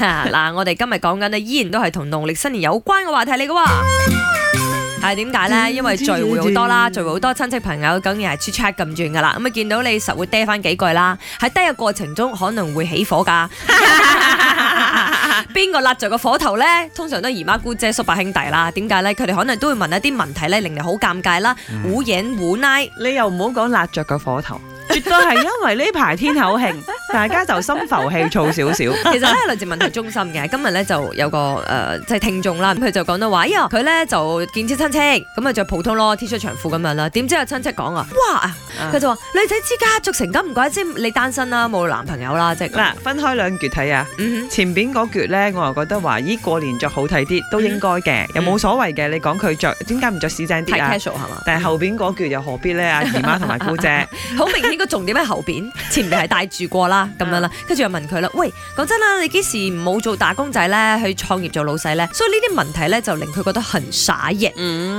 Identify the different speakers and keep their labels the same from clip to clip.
Speaker 1: 嚇 嗱，我哋今日講緊呢，依然都係同農曆新年有關嘅話題嚟嘅喎。係點解呢？因為聚會好多啦，聚會好多親戚朋友，梗然係 chat chat 咁轉噶啦。咁啊，見到你實會嗲翻幾句啦。喺嗲嘅過程中，可能會起火㗎。邊個揦着個火頭呢？通常都係姨媽姑姐、叔伯兄弟啦。點解呢？佢哋可能都會問一啲問題呢，令你好尷尬啦，
Speaker 2: 嗯
Speaker 1: 胡影胡奶。
Speaker 3: 你又唔好講辣着個火頭，絕對係因為呢排天 口慶，大家就心浮氣躁少少。
Speaker 1: 其實咧來自問題中心嘅， 今日咧就有個誒、呃即係聽眾啦，咁佢就講到話，哎呀佢咧就見啲親戚，咁啊着普通咯 T 恤長褲咁樣啦，點知有親戚講啊，哇！佢就話女仔之家着成咁，唔怪之你單身啦，冇男朋友啦，即係咁
Speaker 3: 嗱，分開兩橛睇啊。
Speaker 1: 嗯
Speaker 3: 前邊嗰橛呢，我又覺得話咦過年着好睇啲，都應該嘅，又冇所謂嘅。你講佢着點解唔着市井
Speaker 1: 哼，
Speaker 3: 啲
Speaker 1: 太
Speaker 3: 啊？
Speaker 1: casual 係嘛？
Speaker 3: 但係後邊嗰橛又何必呢？阿姨媽同埋姑姐，
Speaker 1: 好明顯個重點喺後 邊，前面係帶住過啦咁樣啦，跟住又問佢啦，喂，講真啦，你幾時冇做打工仔咧，去創業做老細咧？所以呢啲問題咧就令佢覺得很傻眼，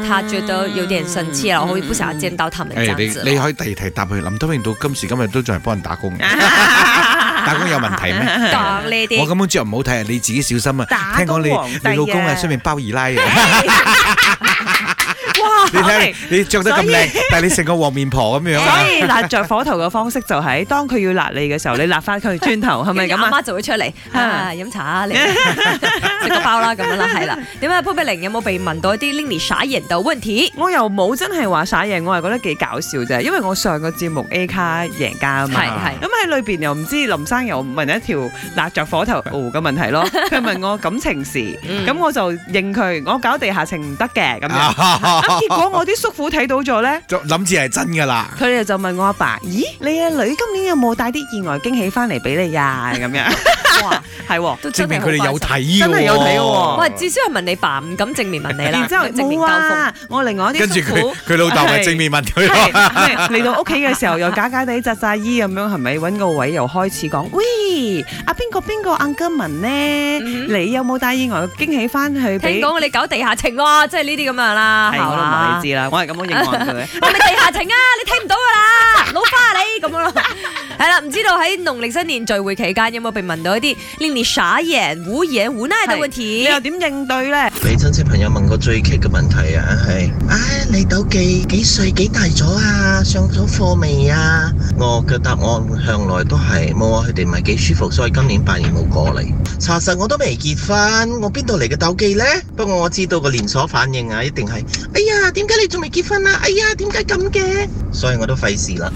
Speaker 1: 他覺得有點生氣啦，我會不 想見到他們這
Speaker 2: 誒，
Speaker 1: 樣
Speaker 2: 哎你
Speaker 1: 子。
Speaker 2: 你可以第二題答佢，林德榮到今時今日都仲係幫人打 工嘅，打工有問題 咩？
Speaker 1: 講呢
Speaker 2: 我
Speaker 1: 啲。
Speaker 2: 咁樣着唔好睇啊，你自己小心啊！
Speaker 3: 打
Speaker 2: 聽講你
Speaker 3: 工皇帝啊
Speaker 2: 你老公係出面包二奶嘅。
Speaker 3: 哇！
Speaker 2: 你睇你着得咁
Speaker 3: 所
Speaker 2: 靚，但係你成個黃面婆咁樣啊
Speaker 3: 所！以辣着火頭嘅方式就係當佢要辣你嘅時候，你辣翻佢轉頭，係咪咁
Speaker 1: 跟住阿
Speaker 3: 啊？
Speaker 1: 媽就會出嚟
Speaker 3: 啊
Speaker 1: 啊，飲茶啊，你 食個包啦，咁樣啦，係啦。點解潘碧玲有冇被問到一啲 Lily 耍人嘅問題？
Speaker 3: 我又冇真係話耍嘢，我係覺得幾搞笑啫，因為我上個節目 A 卡贏家啊嘛。
Speaker 1: 係係
Speaker 3: 咁喺裏邊又唔知林生又問一條辣着火頭哦嘅問題 咯，佢問我感情事，
Speaker 1: 嗯
Speaker 3: 咁我就應佢，我搞地下情唔得嘅咁
Speaker 2: 啊
Speaker 3: 樣。咁結果我啲叔父睇到咗咧，
Speaker 2: 就諗住係真㗎啦。
Speaker 3: 佢哋就問我阿爸：咦，你阿女今年有冇帶啲意外驚喜翻嚟俾你呀？咁樣
Speaker 1: 哇，
Speaker 3: 係喎。
Speaker 1: 都
Speaker 2: 證
Speaker 1: 真係
Speaker 2: 明
Speaker 1: 好
Speaker 2: 佢哋
Speaker 1: 關
Speaker 2: 有睇
Speaker 1: 心。
Speaker 2: 嘅喎，
Speaker 3: 真係有睇喎
Speaker 1: 喂，至少係問你爸，唔敢正面問你啦
Speaker 3: 然，之後
Speaker 1: 正面
Speaker 3: 冇
Speaker 1: 交鋒。
Speaker 3: 啊，我另外一
Speaker 2: 跟住
Speaker 3: 啲叔
Speaker 2: 佢
Speaker 3: 父。
Speaker 2: 佢老豆咪
Speaker 3: 係
Speaker 2: 正面問佢
Speaker 3: 係
Speaker 2: 咯。
Speaker 3: 係嚟到屋企嘅時候又假假地扎扎衣咁樣，係咪揾個位又開始講？喂，阿邊個邊個 Uncle 文呢？
Speaker 1: 嗯
Speaker 3: 你有冇帶意外驚喜翻去俾
Speaker 1: 聽？講你搞地下情喎，即係呢啲咁樣啦，
Speaker 3: 係我
Speaker 1: 係
Speaker 3: 都唔話
Speaker 1: 嘛
Speaker 3: 你？知啦，我係咁樣認望 佢。
Speaker 1: 係咪地下情啊？你睇唔到噶啦，老 花啊你咁樣咯。係啦，唔知道喺農曆新年聚會期間有冇被問到一啲 Lily 耍人、胡言胡奈嘅問
Speaker 3: 你
Speaker 1: 題？
Speaker 3: 又點應對咧？
Speaker 4: 俾親戚朋友問過最棘嘅問題啊，係啊，你到幾幾歲幾大咗啊？上咗課未啊？我嘅答案向來都係冇啊，佢哋唔係幾舒服，所以今年八年冇過嚟。查實我都未結婚，我邊度嚟嘅鬥記呢？不過我知道個連鎖反應啊，一定係哎呀，點解你仲未結婚啊？哎呀，點解咁嘅？所以我都費事啦。